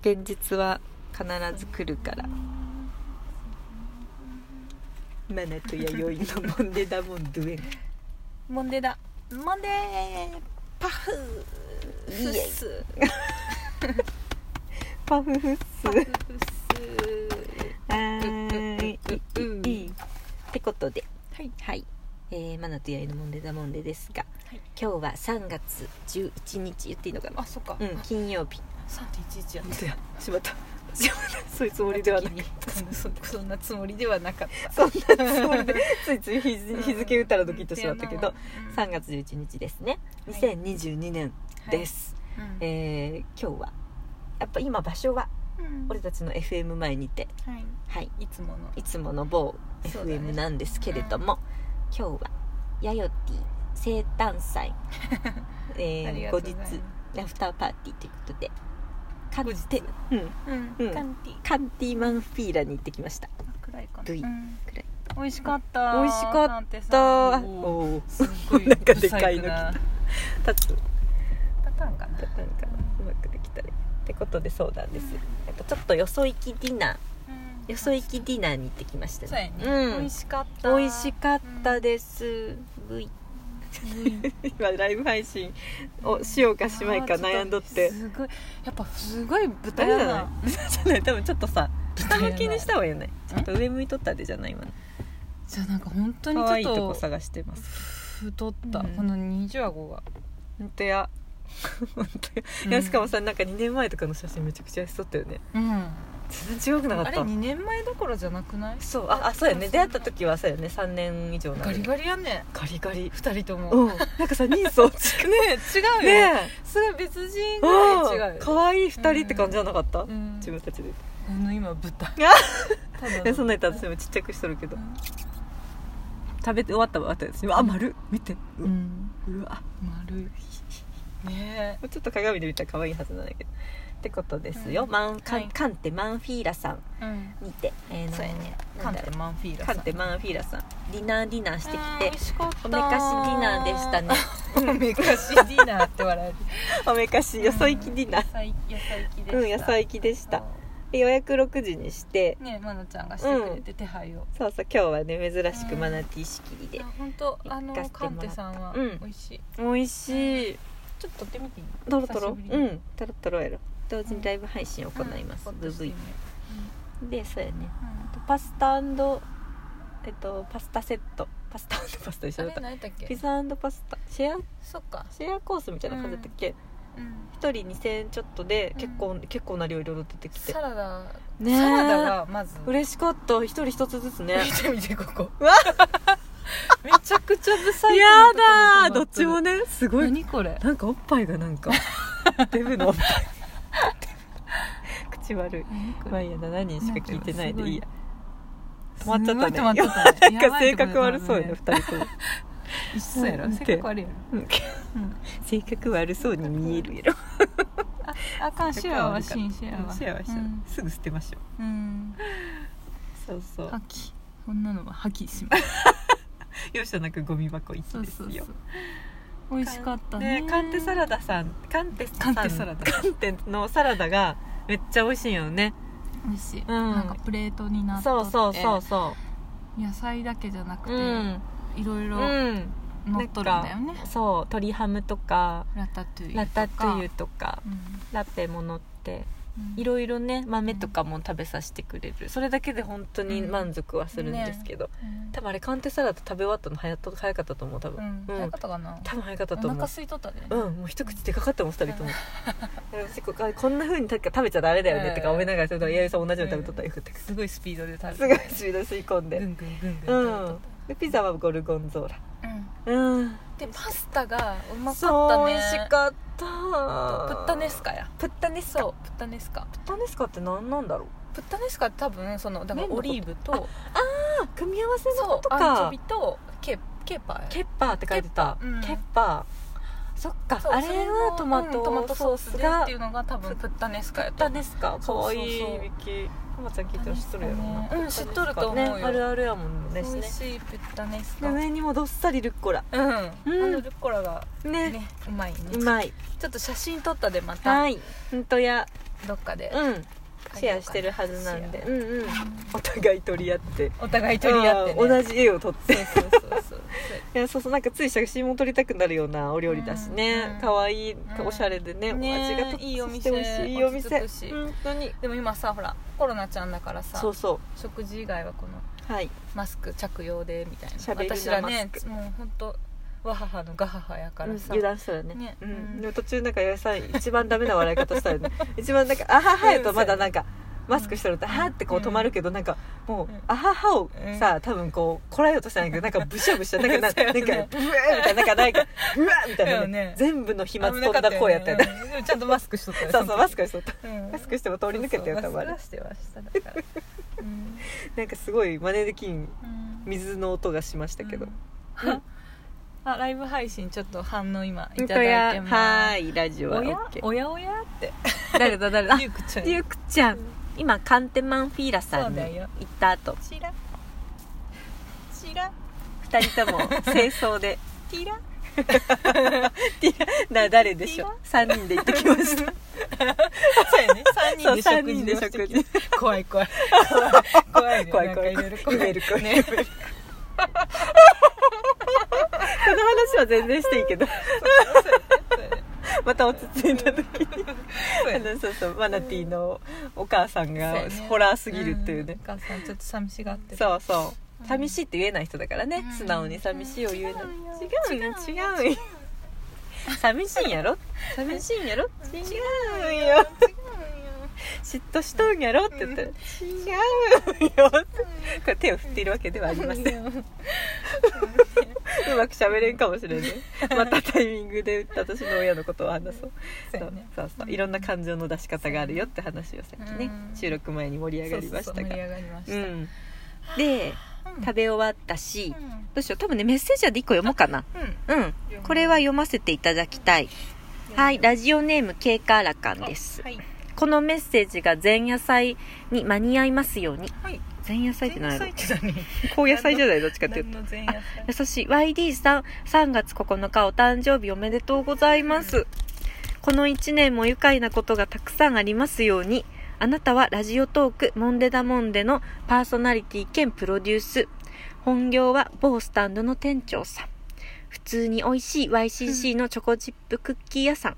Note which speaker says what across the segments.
Speaker 1: 現実は必ず来るからマナと弥生のモンデダモンドゥエン
Speaker 2: モンデだモンデーパフーフッス
Speaker 1: パフフッス
Speaker 2: パフフッ
Speaker 1: はーい
Speaker 2: うん
Speaker 1: いいってことで
Speaker 2: スはい
Speaker 1: はい、えー、マナと弥生のモンデダモンデですが、
Speaker 2: はい
Speaker 1: 今日は3月11日言っていいのかな
Speaker 2: あそっか、
Speaker 1: う
Speaker 2: あ
Speaker 1: ん金曜日
Speaker 2: 3.11やっ
Speaker 1: しまったしまったそういうつもりでは
Speaker 2: た
Speaker 1: ない
Speaker 2: 時にそそんなつもりではなかった
Speaker 1: そんなつもりで ついつい日日付打ったらドキッとしまったけど
Speaker 2: うん
Speaker 1: 3月11日ですね
Speaker 2: はい
Speaker 1: 2022年で、す、
Speaker 2: はいうん
Speaker 1: えー今日はやっぱ今場所は
Speaker 2: うん
Speaker 1: 俺たちの FM 前にて
Speaker 2: はい
Speaker 1: はい
Speaker 2: いつもの
Speaker 1: いつもの某
Speaker 2: そうだね
Speaker 1: FM なんですけれども、今日はヤヨティ生誕 祭、え
Speaker 2: あり
Speaker 1: ー
Speaker 2: が
Speaker 1: 後
Speaker 2: とうご
Speaker 1: 日
Speaker 2: ざいます
Speaker 1: アフターパーティーということでカンテ、うん、
Speaker 2: うん、
Speaker 1: うん
Speaker 2: カンティ
Speaker 1: カンティマンフィーラに行ってきました
Speaker 2: くらいかな、
Speaker 1: どい
Speaker 2: うん
Speaker 1: くらい
Speaker 2: 美味しかった
Speaker 1: 美味しかった
Speaker 2: なんて
Speaker 1: と
Speaker 2: さおー
Speaker 1: おー
Speaker 2: すっごい
Speaker 1: なんかでかいの
Speaker 2: ブサイクな
Speaker 1: 立つ
Speaker 2: パターンか
Speaker 1: だっ
Speaker 2: な
Speaker 1: たのかなうまくできたねってことでそうなんですやっぱちょっとよそ行きディナーよそ行きディナーに行ってきました
Speaker 2: そうや
Speaker 1: ね
Speaker 2: ね、
Speaker 1: うん
Speaker 2: 美味しかった
Speaker 1: 美味しかったです、V 今ライブ配信をしようかしまいか悩んどって
Speaker 2: あーちょっとすごいやっぱすごい
Speaker 1: あ
Speaker 2: 豚
Speaker 1: れじ
Speaker 2: や
Speaker 1: ゃない
Speaker 2: な
Speaker 1: じゃない多分ちょっとさ下向きにした方がいいよね
Speaker 2: ん
Speaker 1: ちょっと上向いとったでじゃない今の
Speaker 2: じゃあなんか本当に
Speaker 1: 可愛い
Speaker 2: ちょ
Speaker 1: と
Speaker 2: っ
Speaker 1: こと探してます
Speaker 2: 太った、
Speaker 1: うん
Speaker 2: この二十顎が
Speaker 1: 本当や 本当や,、いやしかもさなんか2年前とかの写真めちゃくちゃ痩せとったよね
Speaker 2: うん
Speaker 1: 全然違くなかった
Speaker 2: あれ二年前どころじゃなくない
Speaker 1: そうああそうやね出会った時はそうやね3年以上な
Speaker 2: ガリ
Speaker 1: る
Speaker 2: ガリやね
Speaker 1: ガリガリ
Speaker 2: 二人とも、
Speaker 1: う
Speaker 2: ね
Speaker 1: んなんかさ 人相ね
Speaker 2: 違うよ、
Speaker 1: え
Speaker 2: すごい別人ぐらい違うよ
Speaker 1: う、ん可愛い二人って感じじゃなかった、
Speaker 2: うん
Speaker 1: 自分たちで
Speaker 2: この今豚ただの
Speaker 1: えそんなやつ私もちっちゃくしとるけど食べて終わったわったですあ丸見てう
Speaker 2: う
Speaker 1: わ,、
Speaker 2: ん
Speaker 1: うわ
Speaker 2: 丸いねえ
Speaker 1: もうちょっと鏡で見たら可愛いはずなんだけどってことですよ、
Speaker 2: うん
Speaker 1: マンカン、
Speaker 2: はい
Speaker 1: カンテマンフィーラさん
Speaker 2: うん
Speaker 1: にて、えー、
Speaker 2: そうやね
Speaker 1: な
Speaker 2: カ
Speaker 1: ん
Speaker 2: ン
Speaker 1: だろ
Speaker 2: テ
Speaker 1: う
Speaker 2: マンフィーラ
Speaker 1: カ
Speaker 2: さん
Speaker 1: ンテマンフィーラさんディナーディナーしてき
Speaker 2: うん
Speaker 1: て
Speaker 2: 美味しかった
Speaker 1: おめかしディナーでした ね
Speaker 2: おめかしディナーって笑える
Speaker 1: おめかしよそ行きディナー
Speaker 2: 野菜野菜きでした
Speaker 1: うん野菜きでしたで予約6時にして
Speaker 2: ねまなちゃんがしてくれて手配を
Speaker 1: そうそう今日はね珍しく
Speaker 2: うん
Speaker 1: マナティー仕切りで
Speaker 2: あ本当あ
Speaker 1: 行
Speaker 2: の
Speaker 1: かせても
Speaker 2: カ
Speaker 1: らった
Speaker 2: ンテさんは
Speaker 1: うん
Speaker 2: 美味しい
Speaker 1: 美味しい
Speaker 2: ちょっと取ってみていい
Speaker 1: トロトロ
Speaker 2: 久しぶ
Speaker 1: う
Speaker 2: りに
Speaker 1: んトロトロやろ同時にライブ配信を行います、
Speaker 2: うん
Speaker 1: ブブイでそうやね
Speaker 2: うん
Speaker 1: パスタえっとパスタセットパスタパスタでし
Speaker 2: あ
Speaker 1: ょ
Speaker 2: れ何だっ
Speaker 1: ピ
Speaker 2: け
Speaker 1: ザパスタシェア
Speaker 2: そっか
Speaker 1: シェアコースみたいな感じだったっけ、
Speaker 2: うん
Speaker 1: 一人2000円ちょっとで
Speaker 2: うん
Speaker 1: 結構、結構な量いろいろ出てきて
Speaker 2: サラダ
Speaker 1: ねえ
Speaker 2: サラダがまず
Speaker 1: 嬉しかった一人一つずつね
Speaker 2: 見てみてここ
Speaker 1: うわ
Speaker 2: めちゃくちゃブサイクな
Speaker 1: や
Speaker 2: とこ
Speaker 1: だー
Speaker 2: に
Speaker 1: ど
Speaker 2: 止ま
Speaker 1: っちも
Speaker 2: ね
Speaker 1: ねすごい
Speaker 2: 何これ
Speaker 1: なんかおっぱいがなん かデブのおっぱい 口悪いまあいいや7人しか聞いてないでいいや止まっちゃったね
Speaker 2: すごい止まっちゃったね
Speaker 1: なんか性格悪そうやね
Speaker 2: やばい
Speaker 1: 2人
Speaker 2: とこ
Speaker 1: とも
Speaker 2: で止まったね一緒や
Speaker 1: う
Speaker 2: ろ
Speaker 1: ん
Speaker 2: 性格悪いやろ
Speaker 1: うん性格悪そうに見えるやろ
Speaker 2: あかんシェアはしんシェアは
Speaker 1: シェアはしないすぐ捨てましょう
Speaker 2: うんうん
Speaker 1: そうそ
Speaker 2: 破棄こんなのは破棄します
Speaker 1: 容赦なくゴミ箱
Speaker 2: そ
Speaker 1: 1
Speaker 2: う
Speaker 1: です
Speaker 2: そ
Speaker 1: よ
Speaker 2: うそう美味しかったね
Speaker 1: カンテサラダさんカンテさん
Speaker 2: カンテサラダ
Speaker 1: カンテのサラダがめっちゃ美味しいよね
Speaker 2: 美味しい
Speaker 1: ん
Speaker 2: なんかプレートになっと
Speaker 1: そ
Speaker 2: っ
Speaker 1: う
Speaker 2: て
Speaker 1: そうそうそ
Speaker 2: 野菜だけじゃな
Speaker 1: う
Speaker 2: くて
Speaker 1: うん
Speaker 2: いろいろ
Speaker 1: うん
Speaker 2: 乗っとるんだよね
Speaker 1: そう鶏ハムとか
Speaker 2: ラタトゥイユと
Speaker 1: ラ
Speaker 2: か
Speaker 1: タトゥイユとか
Speaker 2: うん
Speaker 1: ラペものって
Speaker 2: うん
Speaker 1: いろいろね豆とかも食べさせてくれるそれだけで本当に満足はするんですけど、
Speaker 2: うん
Speaker 1: 多分あれ寒天サラダ食べ終わったの早っと早かったと思う多
Speaker 2: う
Speaker 1: 分、
Speaker 2: ん早かったかな
Speaker 1: 多分早かったと
Speaker 2: お
Speaker 1: 思
Speaker 2: 腹
Speaker 1: う
Speaker 2: 空いとったね
Speaker 1: うんもう一口でかかっても2人ともでも結構あこんな風になんか食べちゃダメだよね
Speaker 2: うん
Speaker 1: とか思いながらそれで弥生さん同じの食べとったらよくって
Speaker 2: すごいスピードで食
Speaker 1: す
Speaker 2: べ
Speaker 1: ごい
Speaker 2: て
Speaker 1: スピードで吸い込ん
Speaker 2: ぐ
Speaker 1: で
Speaker 2: んぐんぐんぐ
Speaker 1: う
Speaker 2: ん食べとった
Speaker 1: んでピザはゴルゴンゾーラ
Speaker 2: うん
Speaker 1: うん
Speaker 2: でパスタがうまか
Speaker 1: そ
Speaker 2: った
Speaker 1: う
Speaker 2: ね
Speaker 1: 美味しかった
Speaker 2: プッタネスカや
Speaker 1: プッタネスカ
Speaker 2: そうプッタネスカ
Speaker 1: プッタネスカって何なんだろう
Speaker 2: プッタネスカって多分そのだから
Speaker 1: 麺の
Speaker 2: オ
Speaker 1: こと
Speaker 2: リーブと
Speaker 1: あ組み合わせの
Speaker 2: そ
Speaker 1: こと
Speaker 2: うアンチョ
Speaker 1: か
Speaker 2: ビとケケーパーや
Speaker 1: ケッパーって書いてた
Speaker 2: ケッパーうん
Speaker 1: ケッパーそっか
Speaker 2: そう
Speaker 1: あれはトマ
Speaker 2: う
Speaker 1: ト,、
Speaker 2: んトマトソースでっ
Speaker 1: が
Speaker 2: ていうのが多分プッタネスカやと
Speaker 1: 豚
Speaker 2: 思う
Speaker 1: ですかか
Speaker 2: そうそうそう
Speaker 1: わいいミキハマちゃん聞いてる知っとるやろな
Speaker 2: 豚ですかねうん知っとると思うよ
Speaker 1: ねあるあるやもんね
Speaker 2: 美
Speaker 1: し
Speaker 2: 味
Speaker 1: ね
Speaker 2: しいプッタネス
Speaker 1: で
Speaker 2: カうん
Speaker 1: 上にもどっさりルッコラ
Speaker 2: あのルッコラが
Speaker 1: ね
Speaker 2: ねうまいね
Speaker 1: うまい
Speaker 2: ちょっと写真撮ったでまた
Speaker 1: はい本当や
Speaker 2: どっかで
Speaker 1: うんシェアしてるはずなんで
Speaker 2: シ
Speaker 1: うんうんお互い取り合って
Speaker 2: お互い取り合ってね
Speaker 1: うん同じ絵を撮って
Speaker 2: そうそうそうそう
Speaker 1: いやそうそうなんかつい写真も撮りたくなるようなお料理だし
Speaker 2: う
Speaker 1: ね
Speaker 2: ん
Speaker 1: 可愛い
Speaker 2: うん
Speaker 1: おしゃれでね
Speaker 2: ね
Speaker 1: お味がとって
Speaker 2: いいお
Speaker 1: も
Speaker 2: 店
Speaker 1: 美味しいいいお店
Speaker 2: 落ち着くし
Speaker 1: 本当に
Speaker 2: でも今さほらコロナちゃんだからさ
Speaker 1: そうそ
Speaker 2: 食事以外はこの
Speaker 1: うはい
Speaker 2: マスク着用でみたいな
Speaker 1: 喋りな
Speaker 2: 私らね
Speaker 1: マス
Speaker 2: もう本当わははのがははやか
Speaker 1: う
Speaker 2: ら
Speaker 1: ん
Speaker 2: さ、
Speaker 1: 油断したらね
Speaker 2: ね
Speaker 1: う
Speaker 2: うん
Speaker 1: ん、でも途中なんか岩井さん一番ダメな笑い方したよね 一番なんか「あはは」やと まだなんかマスクしてると「は」ってこう止まるけどなんかもう
Speaker 2: うん
Speaker 1: 「あはは」をさ多分こうこらえようとしたんだけどなんかブシャブシャなんか ななんか「ブワー」みたいななんかなんか「うわ」みたい
Speaker 2: だ
Speaker 1: な
Speaker 2: よ
Speaker 1: ね
Speaker 2: ね
Speaker 1: 全部の飛沫
Speaker 2: 危
Speaker 1: 飛
Speaker 2: なか
Speaker 1: んだ声やったよ
Speaker 2: よね
Speaker 1: ね
Speaker 2: うんでもちゃんとマスクしとったよ
Speaker 1: そうそうマスクしてた
Speaker 2: うん
Speaker 1: マスクしても通り抜けてよ多
Speaker 2: そうそう
Speaker 1: 分あ
Speaker 2: マス
Speaker 1: れ
Speaker 2: クしてましただから、うん
Speaker 1: なんかすごい真似できん
Speaker 2: うん
Speaker 1: 水の音がしましたけど
Speaker 2: うんああライブ配信ちょっと反応今いた
Speaker 1: 本当
Speaker 2: だいて
Speaker 1: や
Speaker 2: ま
Speaker 1: は
Speaker 2: す
Speaker 1: ーいラジオは
Speaker 2: お
Speaker 1: OK
Speaker 2: やおやおやって
Speaker 1: 誰だ誰だ
Speaker 2: ゆうくちゃん
Speaker 1: ゆうくちゃん今カンテマンフィーラさんに
Speaker 2: そうだ
Speaker 1: 行
Speaker 2: よ
Speaker 1: った後
Speaker 2: ちらちら
Speaker 1: 二人とも清掃で
Speaker 2: ティ ラ
Speaker 1: な誰でしょう三人で行ってきました
Speaker 2: そうやね
Speaker 1: そう
Speaker 2: 3人で
Speaker 1: 三
Speaker 2: 食
Speaker 1: 人
Speaker 2: 事
Speaker 1: で
Speaker 2: をして
Speaker 1: 食
Speaker 2: き
Speaker 1: 事
Speaker 2: た怖い怖い怖い
Speaker 1: 怖い怖い
Speaker 2: なんかろ
Speaker 1: い
Speaker 2: ろ
Speaker 1: ろいろ怖い
Speaker 2: ね
Speaker 1: この話は全然していいけど また落ち着いた時
Speaker 2: そう
Speaker 1: あ
Speaker 2: やね
Speaker 1: のそうそうマナティーのお母さん
Speaker 2: そうや
Speaker 1: が
Speaker 2: ね
Speaker 1: ホラーすぎるっていうね
Speaker 2: んお母さんちょっと寂しがってる
Speaker 1: そうそう
Speaker 2: うん
Speaker 1: 寂しいって言えない人だからね
Speaker 2: うん
Speaker 1: 素直に寂しいを言えない
Speaker 2: うん
Speaker 1: 違うよ
Speaker 2: 違うよ
Speaker 1: 違うよ寂しいんやろ寂しいんやろ違うん
Speaker 2: 違う
Speaker 1: よ
Speaker 2: よ
Speaker 1: 嫉妬しとんやろって言ったら違うんよ ってこれ手を振っているわけではありません
Speaker 2: 違うよ
Speaker 1: うまく喋れんかもしれん ねまたタイミングで私の親のことを話そう
Speaker 2: そう
Speaker 1: そ
Speaker 2: や
Speaker 1: う
Speaker 2: ね
Speaker 1: そうそういろんな感情の出し方があるよって話をさっきね
Speaker 2: うん
Speaker 1: 収録前に盛り上がりまし
Speaker 2: そう
Speaker 1: た
Speaker 2: そうそう盛
Speaker 1: が
Speaker 2: り上がりまし
Speaker 1: う
Speaker 2: た
Speaker 1: んで
Speaker 2: うん
Speaker 1: 食べ終わったし
Speaker 2: うん
Speaker 1: どうしよう多分ねメッセージャーで1個読もうかな
Speaker 2: う
Speaker 1: う
Speaker 2: ん
Speaker 1: ん
Speaker 2: む
Speaker 1: これは読ませていただきたいはいラジオネームケイカーラカンです
Speaker 2: はい
Speaker 1: このメッセージが前夜祭に間に合いますように
Speaker 2: はい
Speaker 1: 前夜祭って何やろ
Speaker 2: 前菜って何
Speaker 1: 高野菜じゃないどっちかっていうと
Speaker 2: 何の前夜祭
Speaker 1: 優しい YD さん3月9日お誕生日おめでとうございます、この1年も愉快なことがたくさんありますようにあなたはラジオトークモンデダモンデのパーソナリティ兼プロデュース本業は某スタンドの店長さん普通に美味しい YCC のチョコチップクッキー屋さん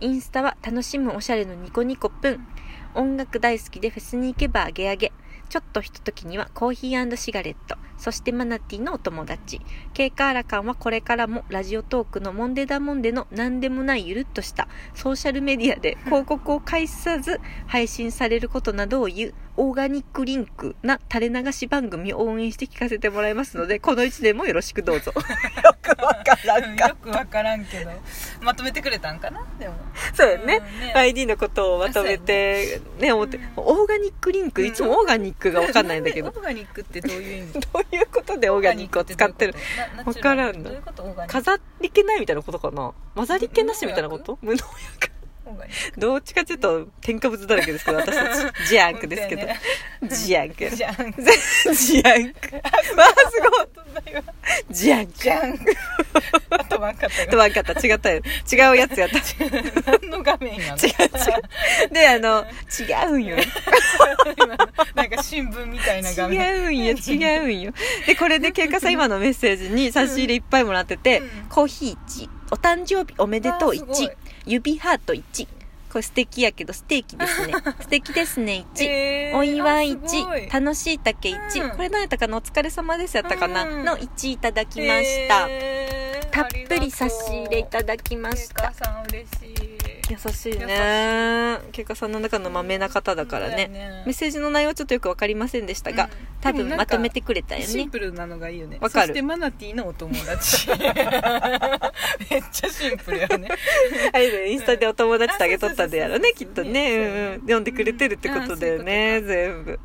Speaker 1: インスタは楽しむおしゃれのニコニコプン音楽大好きでフェスに行けばアゲアゲちょっとひとときにはコーヒーシガレットそしてマナティのお友達ケイカーラカンはこれからもラジオトークのモンデダモンデの何でもないゆるっとしたソーシャルメディアで広告を介さず配信されることなどを言うオーガニックリンクな垂れ流し番組を応援して聞かせてもらいますのでこの1年もよろしくどうぞよくわから
Speaker 2: うんよくわからんけどまとめてくれたんかなでも
Speaker 1: そうやね
Speaker 2: うんね
Speaker 1: ID のことをまとめてね思って
Speaker 2: うん
Speaker 1: オーガニックリンク
Speaker 2: うん
Speaker 1: いつもオーガニックがわかんないんだけど
Speaker 2: オーガニックってどういう意味
Speaker 1: どういうことでオーガニックを使ってる
Speaker 2: オーガニックってど
Speaker 1: わからんの
Speaker 2: ういうことなナチュラルどういうことオーガニック
Speaker 1: 飾り気ないみたいなことかな混ざり気なしみたいなこと無農薬
Speaker 2: オーガニッ
Speaker 1: どっちかというと添加物だらけですけど私た ちジャンクですけど、
Speaker 2: 本
Speaker 1: ジャン
Speaker 2: ク
Speaker 1: ク
Speaker 2: じゃ ん
Speaker 1: ジャンク まあすごいジャンク
Speaker 2: じゃんあとわかった
Speaker 1: と
Speaker 2: よ
Speaker 1: わかった違ったよ違うやつや った
Speaker 2: 何の画面やの
Speaker 1: 違う違うであの違うんよ
Speaker 2: 今のなんか新聞みたいな画面
Speaker 1: 違うんよ違うんよでこれで経過さん今のメッセージに差し入れいっぱいもらってて、
Speaker 2: うん
Speaker 1: コーヒー1お誕生日おめでとう
Speaker 2: あーすごい
Speaker 1: 1指ハート1これ素敵やけどステーキです ね素敵ですね1、
Speaker 2: えー
Speaker 1: お祝い
Speaker 2: あすご
Speaker 1: 1楽しい竹1、
Speaker 2: うん
Speaker 1: これ何やったかなお疲れ様ですやったかな、
Speaker 2: うん
Speaker 1: の1いただきました、
Speaker 2: えー
Speaker 1: たっぷり差し入れいただきました
Speaker 2: ありがとうお母さん嬉しい
Speaker 1: 優しいね結果さんの中のまめな方だからねメッセージの内容はちょっとよく分かりませんでしたが、
Speaker 2: うん
Speaker 1: 多
Speaker 2: でも
Speaker 1: 分
Speaker 2: なん
Speaker 1: ま
Speaker 2: か
Speaker 1: とめてくれたよ
Speaker 2: シ
Speaker 1: ね
Speaker 2: ンプルなのがいいよね
Speaker 1: わかる
Speaker 2: そしてマナティーのお友 達めっちゃシンプルやね
Speaker 1: あれだよインスタでお友達とあげとったんだやろね
Speaker 2: あ
Speaker 1: き
Speaker 2: そ
Speaker 1: っ
Speaker 2: う
Speaker 1: と
Speaker 2: そうそうそう
Speaker 1: ね、うんうん、読んでくれてるってことだよね、
Speaker 2: うん
Speaker 1: 全部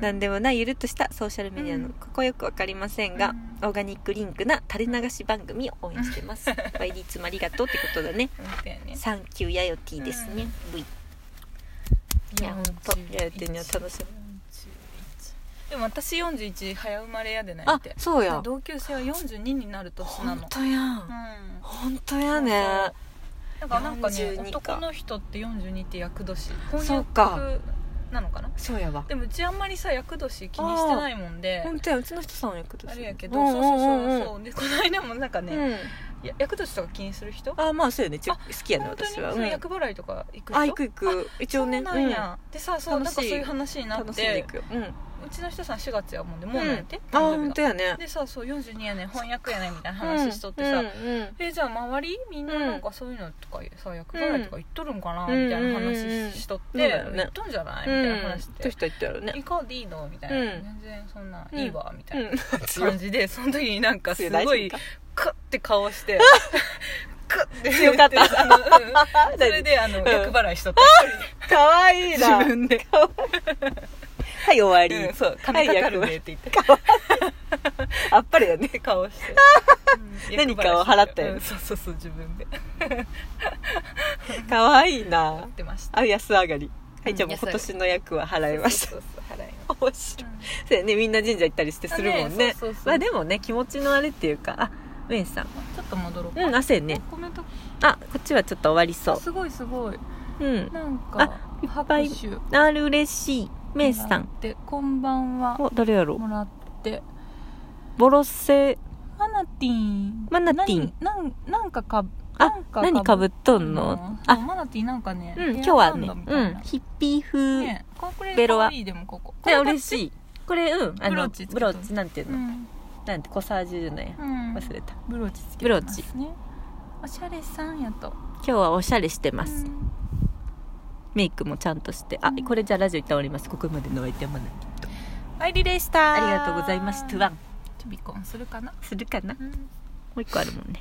Speaker 1: なんで
Speaker 2: で
Speaker 1: もないゆるっとしたソーシャルメディア
Speaker 2: う
Speaker 1: の
Speaker 2: ん
Speaker 1: ここよくわかりませんが、
Speaker 2: うん
Speaker 1: オーガニックリンクな垂れ流し番組を応援して ます。ワイリーいつもありがとうってことだね。サンキューヤヨティですね。V いやほんとヤヨティには楽しみ。
Speaker 2: でも私41早生まれやでない
Speaker 1: あ
Speaker 2: って、
Speaker 1: そうや。
Speaker 2: 同級生は42になる年な
Speaker 1: 本
Speaker 2: の
Speaker 1: 当や。
Speaker 2: うんん
Speaker 1: 本当やね。
Speaker 2: なんかなんかね
Speaker 1: 42か
Speaker 2: 男の人って42って厄年
Speaker 1: そうか
Speaker 2: 婚約なのかな
Speaker 1: そうやわ。
Speaker 2: でもうちあんまりさ厄年気にしてないもんで
Speaker 1: 本当やうちの人さんやけど。
Speaker 2: あれやけど
Speaker 1: うん
Speaker 2: そう
Speaker 1: う
Speaker 2: そうそ
Speaker 1: ん
Speaker 2: う
Speaker 1: うん
Speaker 2: そうでこの間もなんか
Speaker 1: うん。
Speaker 2: ねや厄年とか気にする人
Speaker 1: あまあそうやね。ちょ好きやね
Speaker 2: 本当に
Speaker 1: 私は。
Speaker 2: そううん厄払いとか行く人
Speaker 1: あ行く行く。一応ね。
Speaker 2: そうなんやでさそうなん
Speaker 1: 楽
Speaker 2: かそう
Speaker 1: しい
Speaker 2: いう話に
Speaker 1: うん
Speaker 2: なっ
Speaker 1: 楽しんでい
Speaker 2: て
Speaker 1: くよ。うん。
Speaker 2: うちの人さん4月やもんでもうなんやって
Speaker 1: あ
Speaker 2: 誕生
Speaker 1: 本
Speaker 2: 日
Speaker 1: 当
Speaker 2: が
Speaker 1: やね。
Speaker 2: でさそう42やねん翻訳やねんみたいな話しとって
Speaker 1: う
Speaker 2: さ
Speaker 1: んうんうん
Speaker 2: えじゃあ周りみんななんかそういうのとかさ厄払いとか行っとるんかなみたいな話しとっ
Speaker 1: うんうんうん
Speaker 2: て
Speaker 1: うん
Speaker 2: 行っとんじゃないみ
Speaker 1: う
Speaker 2: たい
Speaker 1: ん
Speaker 2: な話し
Speaker 1: どう
Speaker 2: て
Speaker 1: した言ったやろね
Speaker 2: 行こうでいいのみたいな
Speaker 1: うん
Speaker 2: 全然そんな
Speaker 1: うん
Speaker 2: いいわみた
Speaker 1: う
Speaker 2: いなん
Speaker 1: 強
Speaker 2: 感じでその時になんかすごいクッて顔してクッて
Speaker 1: 強かった
Speaker 2: あのうんそれ
Speaker 1: 大丈
Speaker 2: であの
Speaker 1: ん
Speaker 2: 厄払いしとっ
Speaker 1: 夫かわいい
Speaker 2: た
Speaker 1: な
Speaker 2: 自分で
Speaker 1: はい終わり、
Speaker 2: うんそう金かかる
Speaker 1: はい
Speaker 2: でって言って
Speaker 1: あっぱれやね
Speaker 2: 顔してうん
Speaker 1: 何かを払ったよね
Speaker 2: うんそうそうそう 自分で
Speaker 1: かわいい
Speaker 2: 払
Speaker 1: な
Speaker 2: ってました
Speaker 1: あ安上がりはい、じゃあもう
Speaker 2: うん
Speaker 1: 今年の役は払いました
Speaker 2: そうそうそう払いま
Speaker 1: 面白い
Speaker 2: した
Speaker 1: そうやねみんな神社行ったりして するもんね
Speaker 2: あそうそうそう
Speaker 1: まあでもね気持ちのあれっていうかあメンさん
Speaker 2: ちょっと戻ろうか
Speaker 1: うん汗ね
Speaker 2: コメント
Speaker 1: あこっちはちょっと終わりそ
Speaker 2: すごいすごいう
Speaker 1: うん
Speaker 2: なんか
Speaker 1: あ
Speaker 2: 拍
Speaker 1: ぱい
Speaker 2: 手も
Speaker 1: ある嬉しいメン
Speaker 2: ら
Speaker 1: さ
Speaker 2: っ
Speaker 1: ん
Speaker 2: てこんばんは
Speaker 1: お誰やろ
Speaker 2: もらって
Speaker 1: ボロッセ
Speaker 2: マナティン
Speaker 1: マナティン
Speaker 2: 何なんかか
Speaker 1: あ何かぶっとん
Speaker 2: な
Speaker 1: の
Speaker 2: かぶっとんの
Speaker 1: あ
Speaker 2: そうマナティンなんかね
Speaker 1: うん
Speaker 2: ヘア
Speaker 1: 今日は
Speaker 2: バン
Speaker 1: ね
Speaker 2: ドみた
Speaker 1: う
Speaker 2: い
Speaker 1: ん
Speaker 2: な
Speaker 1: ヒッピー風
Speaker 2: ねこれ
Speaker 1: ベロは
Speaker 2: 可愛いでもここ
Speaker 1: で嬉しいこれうんあの
Speaker 2: ブローチつけと
Speaker 1: ブローチなんていう
Speaker 2: う
Speaker 1: の、
Speaker 2: ん
Speaker 1: なんてコサージュじゃない、
Speaker 2: うん
Speaker 1: 忘れた
Speaker 2: ブローチつけ
Speaker 1: ブ
Speaker 2: て
Speaker 1: ロ
Speaker 2: ま
Speaker 1: ーチ
Speaker 2: すねおしゃれさんやと
Speaker 1: 今日はおしゃれしてます、
Speaker 2: うん
Speaker 1: メイクもちゃんとしてあ
Speaker 2: うん
Speaker 1: これじゃラジオ一旦終わりますここまでのお相手はまだ
Speaker 2: アイリでした
Speaker 1: ありがとうございますトゥワン
Speaker 2: ちょびこんするかな
Speaker 1: するかなも
Speaker 2: うん
Speaker 1: う一個あるもんね